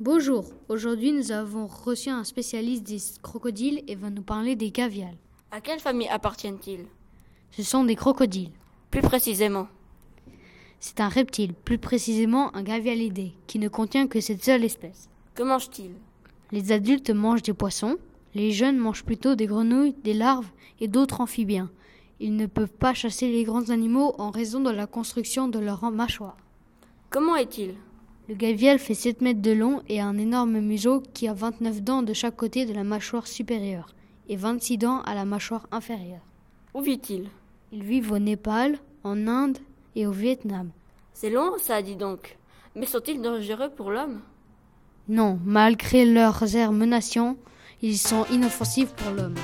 Bonjour, aujourd'hui nous avons reçu un spécialiste des crocodiles et va nous parler des gaviales. À quelle famille appartiennent-ils Ce sont des crocodiles. Plus précisément, C'est un reptile, plus précisément un gavialidé, qui ne contient que cette seule espèce. que mangent-ils Les adultes mangent des poissons, les jeunes mangent plutôt des grenouilles, des larves et d'autres amphibiens. Ils ne peuvent pas chasser les grands animaux en raison de la construction de leur mâchoire. Comment est-il Le gavial fait 7 mètres de long et a un énorme museau qui a 29 dents de chaque côté de la mâchoire supérieure et 26 dents à la mâchoire inférieure. Où vit-il Ils vivent au Népal, en Inde et au Vietnam. C'est long, ça dit donc. Mais sont-ils dangereux pour l'homme Non, malgré leurs airs menaçants, ils sont inoffensifs pour l'homme.